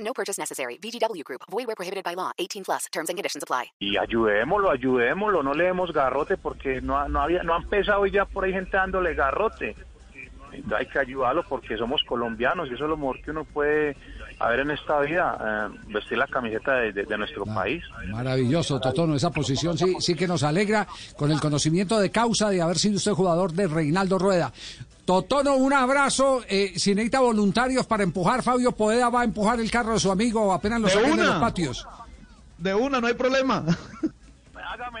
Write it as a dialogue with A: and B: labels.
A: No purchase necessary. VGW Group. Void where prohibited by law. 18 plus. Terms and conditions apply.
B: Y ayudémoslo, ayudémoslo, no le demos garrote porque no, ha- no, había, no han pesado y ya por ahí gente dándole garrote. Entonces hay que ayudarlo porque somos colombianos y eso es lo mejor que uno puede haber en esta vida, eh, vestir la camiseta de, de- de nuestro país.
C: Maravilloso, Totono. Esa posición sí, sí que nos alegra con el conocimiento de causa de haber sido usted jugador de Reinaldo Rueda. Totono, un abrazo. Eh, si necesita voluntarios para empujar, Fabio Poeda va a empujar el carro de su amigo apenas lo
D: De
C: saquen de
D: una.
C: los patios.
D: De una, no hay problema.
B: Hágame